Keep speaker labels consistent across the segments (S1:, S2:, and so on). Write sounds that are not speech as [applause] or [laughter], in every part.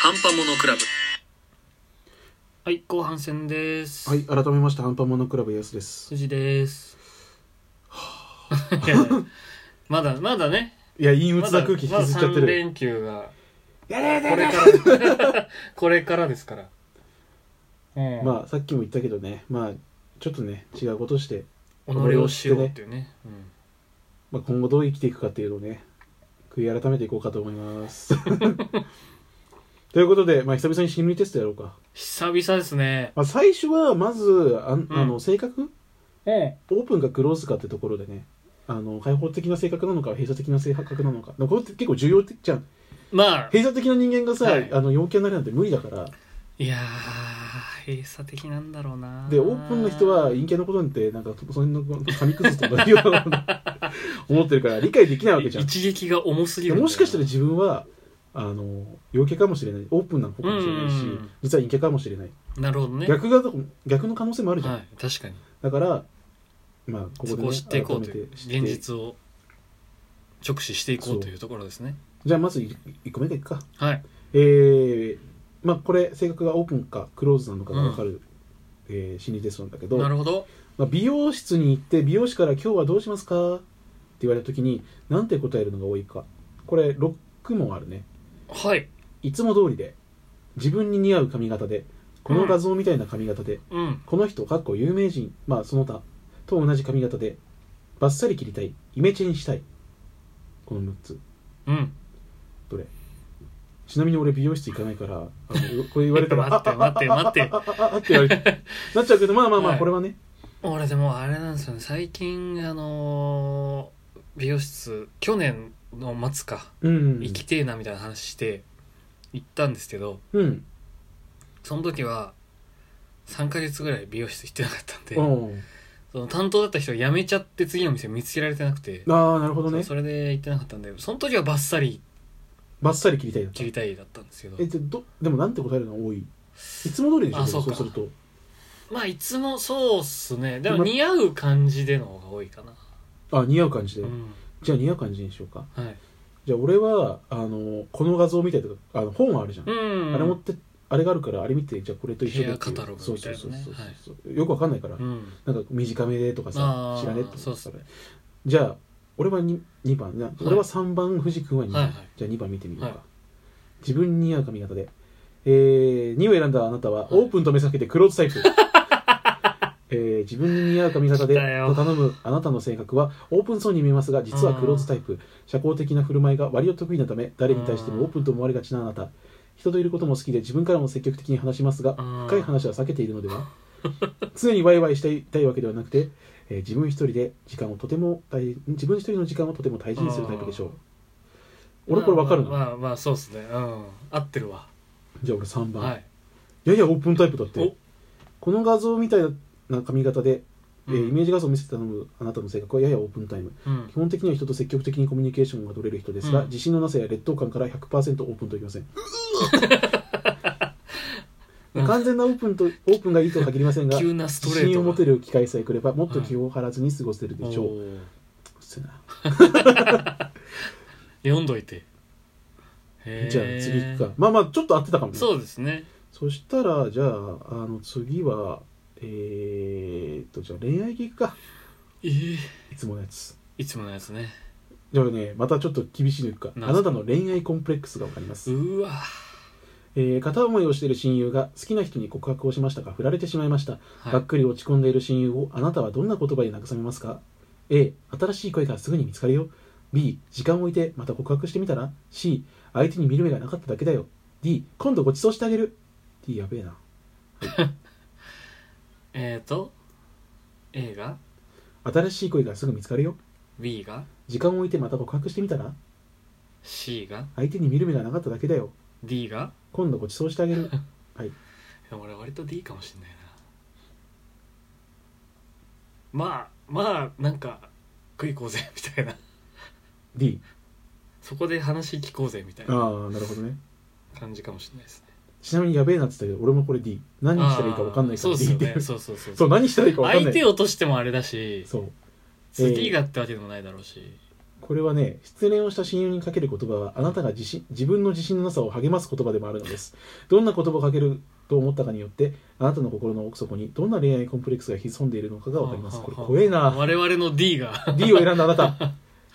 S1: 半端ものクラブ
S2: はい、後半戦です。
S3: はい、改めまして、ハンパモノクラブ、やすです。
S2: 辻です。 [laughs] いやいやまだ、まだね。
S3: いや、陰
S2: ま
S3: 鬱な
S2: だ、
S3: 空気引き
S2: まだ
S3: ずっちゃって
S2: 3
S3: る。
S2: 連休が、
S3: やれ
S2: これから、 [laughs] これからですから。うん。
S3: まあ、さっきも言ったけどね、まあ、ちょっとね、違うことして、
S2: 己をしようっていうね。うん
S3: まあ、今後どう生きていくかっていうのをね、悔い改めていこうかと思い [laughs] ます。ということで、まあ、久々に心理テストやろうか。
S2: 久々ですね。
S3: まあ、最初は、まず、あん
S2: うん
S3: あの、性格
S2: うん。
S3: オープンかクローズかってところでね、あの、開放的な性格なのか、閉鎖的な性格なのか。でもこれって結構重要じゃん。
S2: まあ、
S3: 閉鎖的な人間がさ、
S2: はい
S3: あの、陽キャになるなんて無理だから。
S2: いやー、閉鎖的なんだろうな。
S3: でオープンの人は陰キャのことなんてなんかその辺の紙くずと同じような思ってるから理解できないわけじゃん
S2: 一撃が重すぎる
S3: で
S2: んだよな。
S3: もしかしたら自分はあの陽キャかもしれないオープンなのかもしれないし、
S2: うんうんうん
S3: 実は陰キャかもしれない
S2: なるほどね。
S3: 逆が逆の可能性もあるじゃん、
S2: はい、確かに。
S3: だからまあここ
S2: そ
S3: で、
S2: こ
S3: ね、
S2: を知っていこうという
S3: 改めて知って
S2: 現実を直視していこうというところですね
S3: じゃあまず1個目でいくか
S2: はい
S3: えー、まあこれ性格がオープンかクローズなのかが分かる、えー心理テストなんだけど
S2: なるほど
S3: まあ、美容室に行って美容師から「今日はどうしますか?」って言われた時に何て答えるのが多いかこれ6問あるね
S2: はい
S3: いつも通りで自分に似合う髪型でこの画像みたいな髪型で、
S2: うん
S3: この人かっこ有名人まあその他と同じ髪型でバッサリ切りたいイメチェンしたいこの6つ
S2: うん
S3: どれちなみに俺美容室行かないからあのこれ言われた
S2: [laughs]
S3: ら
S2: 待って待って待って [laughs]
S3: ああああああって言われてなっちゃうけどまあまあま
S2: は
S3: あ
S2: い
S3: これはね、
S2: 俺でもあれなんですよね最近あのー美容室去年の末か
S3: うん
S2: 行きてえなみたいな話して行ったんですけど
S3: うん
S2: その時は3ヶ月ぐらい美容室行ってなかったんで
S3: うん
S2: その担当だった人辞めちゃって次の店見つけられてなくて
S3: ああなるほど
S2: そ
S3: ね
S2: うそれで行ってなかったんでその時はバッサリ
S3: バッサリ切りたいだった
S2: 切りたいだったんですけど
S3: えでどでもなんて答えるの多いいつも通りでしょ
S2: あそう
S3: そ
S2: か
S3: うすると
S2: まあいつもそうっすねでも
S3: ま
S2: 似合う感じでの方が多いかな
S3: あ似合う感じで、
S2: うん
S3: じゃあ似合う感じにしようか
S2: はい
S3: じゃあ俺はあのこの画像みたいとかあの本あるじゃん、
S2: うん
S3: あれ持ってあれがあるからあれ見てじゃあこれと一緒でってい
S2: 部屋
S3: う
S2: カタログ
S3: そう
S2: みた
S3: そ
S2: いうなね
S3: そうそうそう、よくわかんないから、
S2: うん
S3: なんか短めでとか
S2: あ
S3: さ
S2: ー
S3: 知らねえとか
S2: そうっすね
S3: じゃあ俺は 2, 二番な俺は3番藤君は2番、
S2: はいはい
S3: じゃあ2番見てみようか、
S2: はい
S3: 自分に似合う髪型で、えー、2を選んだあなたはオープンと目先でクローズタイプ、 [laughs] えー自分に似合う髪型で
S2: 来たよ
S3: と頼むあなたの性格はオープンそうに見えますが実はクローズタイプ社交的な振る舞いが割と得意なため誰に対してもオープンと思われがちなあなた人といることも好きで自分からも積極的に話しますが
S2: うん
S3: 深い話は避けているのでは [laughs] 常にワイワイしていたいわけではなくて、えー自分一人で時間をとても大自分一人の時間をとても大事にするタイプでしょう俺これ分かるの、
S2: まあまあまあそうっすねうん合ってるわ
S3: じゃあ俺3番、
S2: はい
S3: いやいやオープンタイプだっ
S2: お
S3: てこの画像みたいな髪型で、えー
S2: うん
S3: イメージ画像を見せて頼むあなたの性格はややオープンタイム
S2: うん
S3: 基本的には人と積極的にコミュニケーションが取れる人ですが、
S2: うん
S3: 自信のなさや劣等感から100%オープンといきません
S2: うん
S3: 完全なオープンとオープンがいいとは限りません
S2: [laughs]
S3: が
S2: 急なスト
S3: 自
S2: レート
S3: 信を持てる機会さえくればもっと気を張らずに過ごせるでしょう、うっ
S2: おー
S3: せえな
S2: 読んどいてへー
S3: じゃあ次行くかまあまあちょっと合ってたかもね
S2: そうですね
S3: そしたらじゃああの次はえー、っとじゃあ恋愛聞くか
S2: えー
S3: いつものやつ
S2: いつものやつね
S3: じゃあねまたちょっと厳しいのいくか
S2: な
S3: あなたの恋愛コンプレックスがわかりま
S2: う
S3: す、
S2: ーわ
S3: えー片思いをしている親友が好きな人に告白をしましたが振られてしまいました
S2: はい
S3: がっくり落ち込んでいる親友をあなたはどんな言葉で慰めますか A 新しい恋がすぐに見つかるよ B 時間を置いてまた告白してみたら C 相手に見る目がなかっただけだよ D 今度ごちそうしてあげる D やべえな
S2: えーと A が
S3: 新しい恋がすぐ見つかるよ
S2: B が
S3: 時間を置いてまた告白してみたら
S2: C が
S3: 相手に見る目がなかっただけだよ
S2: D が
S3: 今度ごちそうしてあげる
S2: でも俺割と D かもしんないなまあまあなんか食い行こうぜ [laughs] みたいな
S3: D
S2: そこで話聞こうぜみたい
S3: ああ
S2: な
S3: なるほどね
S2: 感じかもしんないですね
S3: ちなみにやべえなって言ったけど俺もこれ D 何したらいいか分かんないか
S2: あ
S3: ら
S2: ー
S3: D
S2: そうっ
S3: っ
S2: す
S3: て
S2: よ
S3: いう
S2: ね
S3: そう
S2: そうそうそう
S3: 何したらいいか分かんな
S2: 相
S3: い
S2: 手を落としてもあれだし
S3: そうえー
S2: 次がってわけでもないだろうし、
S3: これはね失恋をした親友にかける言葉はあなたが自信自分の自信のなさを励ます言葉でもあるのですどんな言葉をかけると思ったかによってあなたの心の奥底にどんな恋愛コンプレックスが潜んでいるのかが分かりますこれ怖えな
S2: 我々の D が
S3: D を選んだあなた。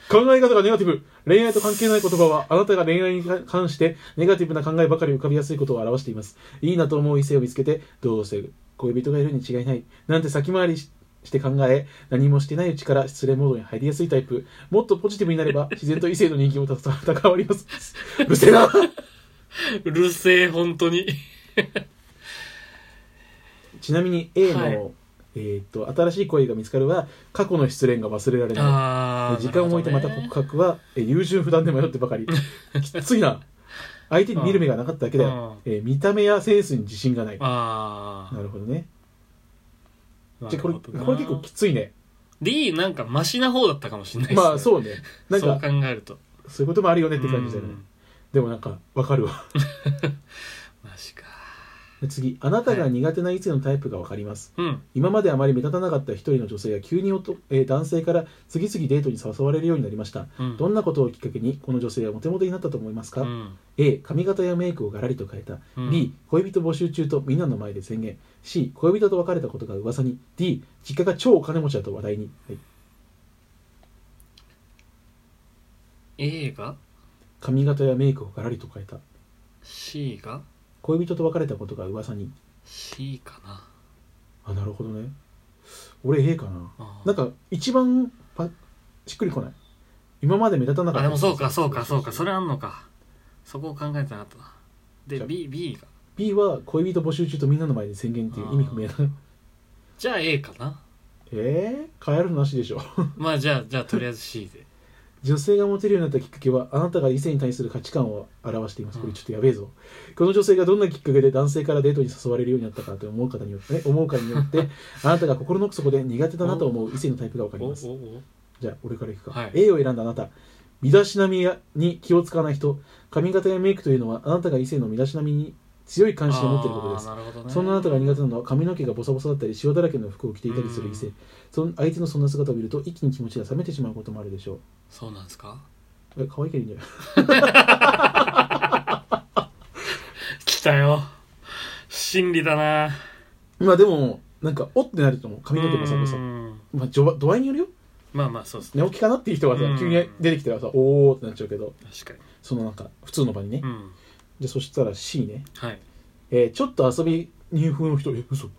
S3: 考え方がネガティブ。恋愛と関係ない言葉は、あなたが恋愛に関してネガティブな考えばかり浮かびやすいことを表しています。いいなと思う異性を見つけて、どうせ恋人がいるに違いない。なんて先回りしして考え、何もしてないうちから失恋モードに入りやすいタイプ。もっとポジティブにな
S2: [laughs]
S3: れば、自然と異性の人気もた高まります。うるせえな
S2: [laughs] うるせえ本当に
S3: ちなみに A の、
S2: はい
S3: えーっと、新しい恋が見つかるは、過去の失恋が忘れられない。
S2: ああ
S3: 時間を置いてまた告白は、え優柔不断で迷っ
S2: [laughs]
S3: てばかりきついな相手に見る目がなかっただけだよ、えー見た目やセンスに自信がないな
S2: ああ
S3: るほどね
S2: な
S3: じゃ
S2: る
S3: あこ
S2: ほ
S3: れ
S2: どな
S3: これ結構きついね
S2: D なんかマシな方だったかもしれないですね
S3: まあそうねなん
S2: そう
S3: か
S2: 考えると
S3: そういうこともあるよねって感じだよ
S2: う
S3: ね
S2: ん
S3: でもなんかわかるわ [laughs]
S2: マジか
S3: 次あなたが苦手な異性のタイプがわかります
S2: うん
S3: 今まであまり目立たなかった一人の女性が急におと、えー男性から次々デートに誘われるようになりました
S2: うん
S3: どんなことをきっかけにこの女性はモテモテになったと思いますか、
S2: うん
S3: A 髪型やメイクをガラリと変えた、
S2: うん
S3: B 恋人募集中とみんなの前で宣言 C 恋人と別れたことが噂に D 実家が超お金持ちだと話題に、はい、
S2: A が
S3: 髪型やメイクをガラリと変えた
S2: C が
S3: 恋人と別れたことが噂に
S2: C かな
S3: あなるほどね俺 A かな
S2: あー
S3: なんか一番パしっくりこない今まで目立たなかっ
S2: あ
S3: た
S2: でもそうかそうかそうかそれあんのかそこを考えてなかったなで
S3: じゃあ
S2: B, B が
S3: B は恋人募集中とみんなの前で宣言っていう意味不明な
S2: じゃあ A かな
S3: えー、変えるのなしでしょ
S2: まあじゃあじゃあとりあえず C で
S3: 女性がモテるようになったきっかけはあなたが異性に対する価値観を表しています
S2: うん
S3: これちょっとやべえぞ、この女性がどんなきっかけで男性からデートに誘われるようになったかと思う方によって思うかによって
S2: [laughs]
S3: あなたが心の奥底で苦手だなと思う異性のタイプが分かり
S2: おお
S3: ます
S2: お
S3: じゃあ俺からいくか、
S2: はい
S3: A を選んだあなた身だしなみに気を使わない人髪型やメイクというのはあなたが異性の身だしなみに強い関心を持っていることです
S2: あーなるほどね
S3: そんなあなたが苦手なのは髪の毛がボサボサだったり塩だらけの服を着ていたりする異性、
S2: うん
S3: その相手のそんな姿を見ると一気に気持ちが冷めてしまうこともあるでしょう
S2: そうなんですか
S3: え可愛いけどいいんじゃない
S2: 来たよ真理だな
S3: まあでもなんかおってなると思う髪の毛もさもさ
S2: うん
S3: まあ序盤度合いによるよ
S2: まあまあそうですね
S3: 寝起きかなっていう人がさ
S2: うん
S3: 急に出てきたらさおおってなっちゃうけど
S2: 確か
S3: そのなんか普通の場にね
S2: にうん
S3: じゃあそしたら C ね、
S2: はい
S3: えーちょっと遊び入風の人え嘘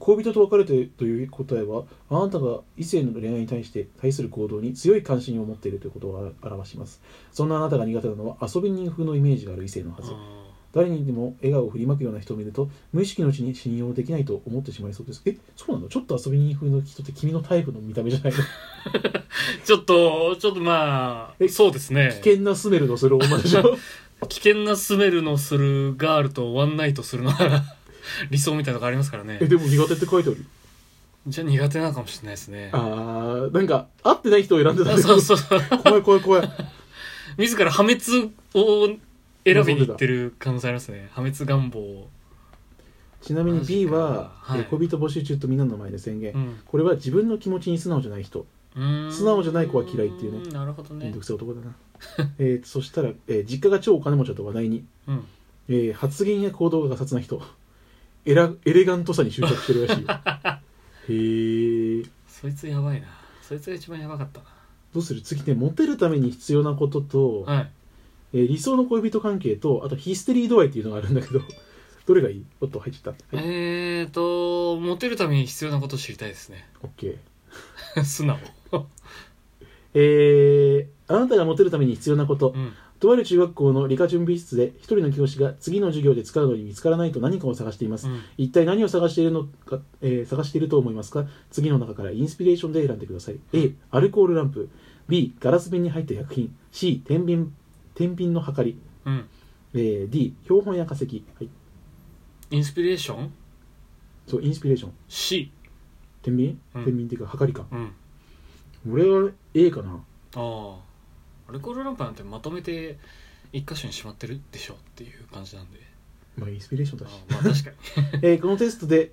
S3: 恋人と別れてという答えはあなたが異性の恋愛に対して対する行動に強い関心を持っているということを表しますそんなあなたが苦手なのは遊び人風のイメージがある異性のはず誰にでも笑顔を振りまくような人を見ると無意識のうちに信用できないと思ってしまいそうですえそうなのちょっと遊びに風の人って君のタイプの見た目じゃ [laughs] ないの
S2: ちょっとちょっとまあ
S3: え
S2: そうですね
S3: 危険なスメルのそれを同じょ
S2: 危険なスメルのするガールとワンナイトするのが [laughs] 理想みたいなのがありますからね
S3: [laughs] えでも苦手って書いてある
S2: じゃあ苦手なのかもしれないですね
S3: [laughs] あーなんか合ってない人を選んでた
S2: あ
S3: [laughs]
S2: そうそうそう
S3: 怖い怖い [laughs] 怖い
S2: 自ら破滅を選びに行ってる可能性ありますね破滅願望を
S3: ちなみに B
S2: マジ
S3: は、
S2: かはい
S3: え恋人募集中とみんなの前で宣言、
S2: うん
S3: これは自分の気持ちに素直じゃない人
S2: うーん
S3: 素直じゃない子は嫌いっていうね
S2: なるほど
S3: めん
S2: ね
S3: どくせえ男だ [laughs] なえーそしたら、えー実家が超お金持ちだと話題に、
S2: うん
S3: えー発言や行動がガサツな人エラエレガントさに執着してるら
S2: [laughs]
S3: しいよへえ
S2: そいつやばいなそいつが一番やばかった
S3: どうする次ねモテるために必要なことと、
S2: なはい
S3: えー理想の恋人関係とあとヒステリー度合いっていうのがあるんだけど [laughs] どれがいいおっと入っちゃった、はい、
S2: えーとモテるために必要なことを知りたいですね [laughs]
S3: OK
S2: 素
S3: [laughs]
S2: 直
S3: えー、あなたがモテるために必要なこと、
S2: うん
S3: とある中学校の理科準備室で一人の教師が次の授業で使うのに見つからないと何かを探しています、
S2: うん
S3: 一体何を探しているのか、えー探していると思いますか次の中からインスピレーションで選んでください A アルコールランプ B ガラス瓶に入った薬品 C 天秤天秤の計り、
S2: うん
S3: えー D 標本や化石、はい、
S2: インスピレーション
S3: そうインスピレーション
S2: C
S3: 天秤、
S2: うん
S3: 天秤っていうか計りか
S2: うん
S3: 俺は A かな
S2: ああアルコールランプなんてまとめて一箇所にしまってるでしょっていう感じなんで
S3: まあインスピレーシ
S2: あ
S3: ョンだし、
S2: ーまあ確か
S3: [laughs]
S2: に、
S3: えーこのテストで、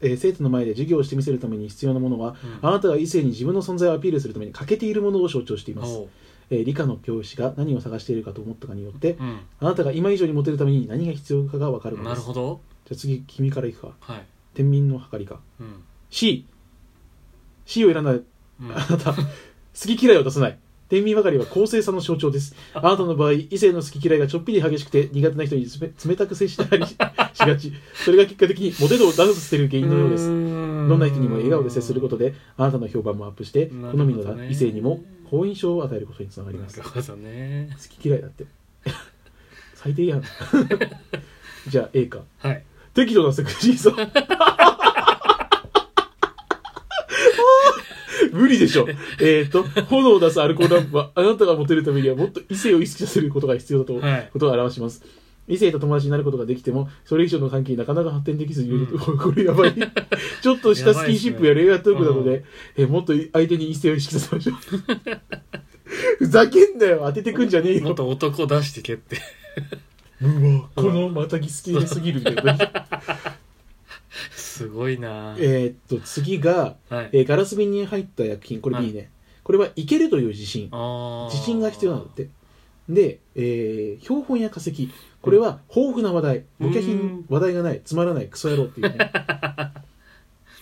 S3: えー生徒の前で授業をしてみせるために必要なものは
S2: うん
S3: あなたが異性に自分の存在をアピールするために欠けているものを象徴しています
S2: おう
S3: えー理科の教師が何を探しているかと思ったかによって
S2: うん
S3: あなたが今以上にモテるために何が必要かが分かるので
S2: な
S3: す
S2: るほど
S3: じゃあ次君からいくか
S2: はい
S3: 天秤の計りか
S2: うん
S3: C C を選んだ
S2: うん
S3: あなた、好き嫌いを出さない。天秤ばかりは公正さの象徴です。あなたの場合、異性の好き嫌いがちょっぴり激しくて苦手な人につめ冷たく接した [laughs] りししがち。それが結果的にモテ度をダウンさせる原因のようです。どんな人にも笑顔で接することで、あなたの評判もアップして、
S2: なるほ
S3: 好
S2: どね
S3: みの異性にも好印象を与えることにつながり
S2: な
S3: ます。
S2: る
S3: 好
S2: ほどね
S3: き嫌いだって。最低やん。じゃあ A か。
S2: はい
S3: 適度なセクシーさ。無理でしょ。えっ、と、炎を出すアルコールランプは、あなたがモテるためにはもっと異性を意識させることが必要だと、
S2: はい
S3: ことを表します。異性と友達になることができても、それ以上の関係になかなか発展できずにいる、これやばい。ちょっとしたスキンシップやレイヤートークなので、
S2: や
S3: えーもっと相手に異性を意識させましょう。ふざけんなよ当ててくんじゃねえよ
S2: もっと男出してけって [laughs]
S3: うわ、このまたぎ好きすぎるみたいな。
S2: すごいな
S3: [laughs] えーっと、次が、
S2: はい
S3: えーガラス瓶に入った薬品、これ
S2: はい
S3: B ね。これはいけるという自信。
S2: あー
S3: 自信が必要なんだって。で、えー標本や化石。これは豊富な話題。
S2: うん
S3: ボケ品、話題がない、つまらない、クソ野郎っていう
S2: [laughs]
S3: ね。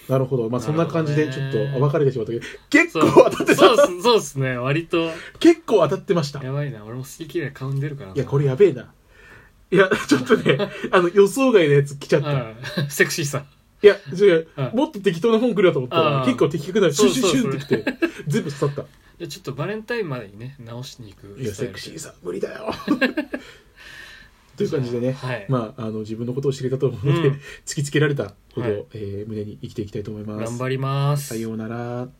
S3: なるほど。まあそんな感じで、
S2: な
S3: ち
S2: る
S3: ょ
S2: ほ
S3: っ
S2: どね
S3: と暴かれてしまったけど、結
S2: そう
S3: 構当たって
S2: そう
S3: た。
S2: っすそうっすね割と
S3: 結構当たってました。い
S2: やばいな俺も好き嫌い顔に出るから
S3: や、これやべえな。いや、ちょっとね、あの、予想外のやつ来ちゃった。
S2: うん [laughs] セクシーさ
S3: いや、それ
S2: うん
S3: もっと適当な本来るかと思ったら、
S2: あー
S3: 結構的確な、シ
S2: そ
S3: ュ
S2: う
S3: シュシュンってきて、
S2: [laughs]
S3: 全部刺さった。
S2: じゃあちょっとバレンタインまでにね直しに行く
S3: いや、
S2: スタイル
S3: セ
S2: で
S3: クシーさ、無理だ
S2: [laughs]
S3: よ。という感じでね、
S2: はい
S3: まあ、あの、自分のことを知れたと思うので、
S2: うん
S3: 突きつけられたことを、
S2: はい
S3: えー胸に生きていきたいと思います。
S2: 頑張ります
S3: さようなら。